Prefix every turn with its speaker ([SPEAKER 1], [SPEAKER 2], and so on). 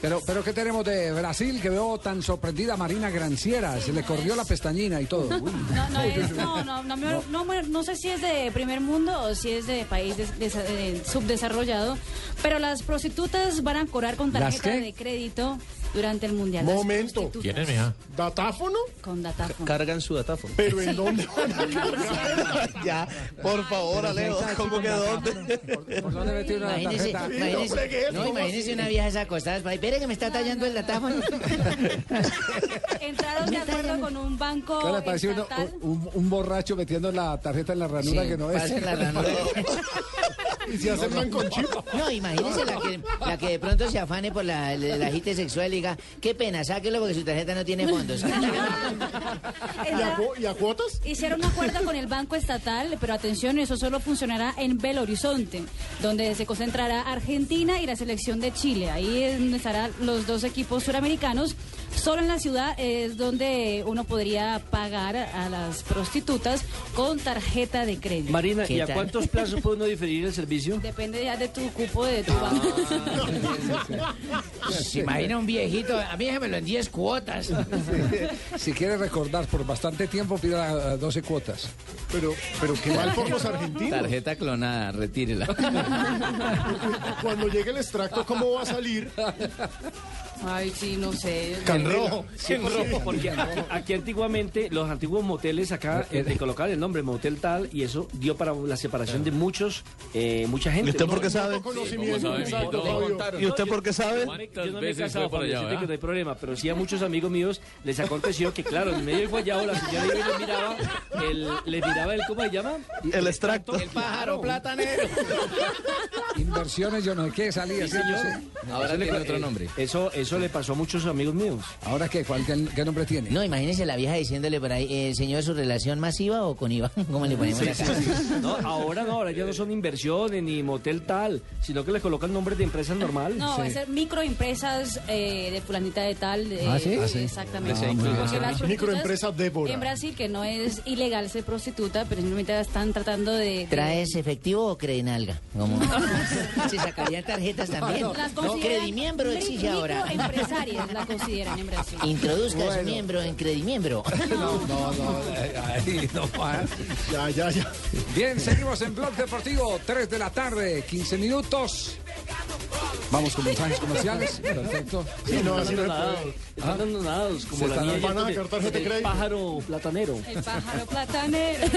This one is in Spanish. [SPEAKER 1] Pero, pero ¿qué tenemos de Brasil? Que veo tan sorprendida a Marina Granciera. se le corrió la pestañina y todo. Uy.
[SPEAKER 2] No, no, es, no, no, no, me- no me- no sé si es de primer mundo o si es de país des- des- eh, subdesarrollado, pero las prostitutas van a cobrar con
[SPEAKER 1] ¿Las
[SPEAKER 2] tarjeta
[SPEAKER 1] qué?
[SPEAKER 2] de crédito durante el mundial. Las
[SPEAKER 3] Momento.
[SPEAKER 2] prostitutas.
[SPEAKER 4] ¿Quién es, mija?
[SPEAKER 3] ¿Datáfono?
[SPEAKER 2] Con datáfono.
[SPEAKER 5] Cargan su datáfono.
[SPEAKER 3] ¿Pero en dónde van a cargar?
[SPEAKER 5] Ya, por favor, Alejo, ¿cómo que dónde?
[SPEAKER 1] ¿Por, por dónde metió una
[SPEAKER 6] Imagínese,
[SPEAKER 1] tarjeta?
[SPEAKER 3] no fregué,
[SPEAKER 6] imagínese, no,
[SPEAKER 3] ¿cómo
[SPEAKER 6] imagínese una vieja esa acostada. Ay, espere que me está tallando el datáfono.
[SPEAKER 2] Entraron de acuerdo con un banco
[SPEAKER 1] ¿Qué le pareció uno-
[SPEAKER 2] estatal.
[SPEAKER 1] un, un borracho metiendo la tarjeta en la ranura
[SPEAKER 6] Sí,
[SPEAKER 1] que no es?
[SPEAKER 6] pase la ranura.
[SPEAKER 3] Y se acercan con chip.
[SPEAKER 6] No, imagínese la que, la que de pronto se afane por la, el el agite sexual y diga, qué pena, sáquelo porque su tarjeta no tiene fondos.
[SPEAKER 1] Uh,
[SPEAKER 3] ¿Y a,
[SPEAKER 2] Entraron-
[SPEAKER 3] cu- y a cuotas?
[SPEAKER 2] Hicieron un acuerdo con el Banco Estatal, pero atención, eso solo funcionará en Belo Horizonte, donde se concentrará Argentina y la selección de Chile. Ahí es donde estarán los dos equipos suramericanos. Solo en la ciudad es donde uno podría pagar a las prostitutas con tarjeta de crédito.
[SPEAKER 7] Marina,
[SPEAKER 6] ¿Qué
[SPEAKER 7] ¿y a
[SPEAKER 6] tal?
[SPEAKER 7] cuántos plazos puede uno diferir el servicio?
[SPEAKER 2] Depende ya de tu cupo de tu banco.
[SPEAKER 6] Se imagina un viejito, a mí déjamelo en 10 cuotas.
[SPEAKER 1] Si quiere recordar por bastante tiempo, pida eh, 12 cuotas.
[SPEAKER 3] Pero, pero qué mal por los argentinos.
[SPEAKER 5] Tarjeta clonada, retírela.
[SPEAKER 3] Cuando llegue el extracto, ¿cómo va a salir?
[SPEAKER 2] Ay, sí, no sé.
[SPEAKER 3] Can rojo.
[SPEAKER 7] En rojo, porque a- aquí antiguamente los antiguos moteles acá eh, le colocaban el nombre motel tal y eso dio para la separación de muchos, eh, mucha gente.
[SPEAKER 5] ¿Y usted por
[SPEAKER 7] Uno-
[SPEAKER 5] qué sabe?
[SPEAKER 3] Conocimiento.
[SPEAKER 4] Sí, ¿cómo sabe,
[SPEAKER 3] Fabio.
[SPEAKER 4] mijito?
[SPEAKER 5] ¿Y usted por qué sabe?
[SPEAKER 4] ¿Cuántas
[SPEAKER 7] Yo no me he
[SPEAKER 4] veces
[SPEAKER 7] casado,
[SPEAKER 4] fue para allá,
[SPEAKER 7] Fabio, yo sé que
[SPEAKER 4] verdad?
[SPEAKER 7] no hay problema, pero sí a muchos amigos míos les aconteció que, claro, en medio del guayabo la señora iba y les miraba, el, les miraba el, ¿cómo se llama?
[SPEAKER 5] El extracto.
[SPEAKER 6] Pájaro platanero.
[SPEAKER 1] Inversiones, yo no sé qué, salía así, no sé.
[SPEAKER 5] Ahora tiene otro nombre.
[SPEAKER 7] Eh, Eso, eso le pasó a muchos amigos míos.
[SPEAKER 1] ¿Ahora qué? ¿Cuál, qué, qué nombre tiene?
[SPEAKER 6] No, imagínese la vieja diciéndole por ahí, eh, señor, ¿su relación masiva o con IVA? ¿Cómo le ponemos la cara?
[SPEAKER 7] No, ahora no, ahora ya no son inversiones ni motel tal, sino que les colocan nombres de empresas normales.
[SPEAKER 2] No, va a ser microempresas eh, de fulanita de tal. eh,
[SPEAKER 1] Ah, ¿sí? Ah, sí.
[SPEAKER 2] Exactamente.
[SPEAKER 1] Ah, muy bien.
[SPEAKER 2] Porque las prostitutas
[SPEAKER 3] Microempresa Débora.
[SPEAKER 2] En Brasil, que no es ilegal ser prostituta, pero simplemente están tratando de... de-
[SPEAKER 6] ¿Traes efectivo o creenalga? ¿Cómo? Se sacarían tarjetas también.
[SPEAKER 2] Ah, Las
[SPEAKER 6] No,
[SPEAKER 2] consideran
[SPEAKER 6] Credimiembro
[SPEAKER 2] mi-
[SPEAKER 6] exige ahora.
[SPEAKER 2] Microempresarias la consideran en Brasil.
[SPEAKER 6] Introduzca su
[SPEAKER 1] Bueno.
[SPEAKER 6] miembro en Credimiembro.
[SPEAKER 1] no, no, eh, ahí no más.
[SPEAKER 3] Ya, ya, ya.
[SPEAKER 1] Bien, seguimos en Blog Deportivo, 3 de la tarde, 15 minutos. Vamos con mensajes comerciales. Perfecto.
[SPEAKER 3] Sí, no, así no se
[SPEAKER 7] Están
[SPEAKER 3] puede.
[SPEAKER 7] anonadados, como
[SPEAKER 1] Ah. Se
[SPEAKER 7] la
[SPEAKER 1] están
[SPEAKER 3] anonadando.
[SPEAKER 7] niña del-
[SPEAKER 3] Van a sacar tarjeta de
[SPEAKER 7] del
[SPEAKER 3] crédito.
[SPEAKER 7] pájaro platanero.
[SPEAKER 2] El pájaro platanero.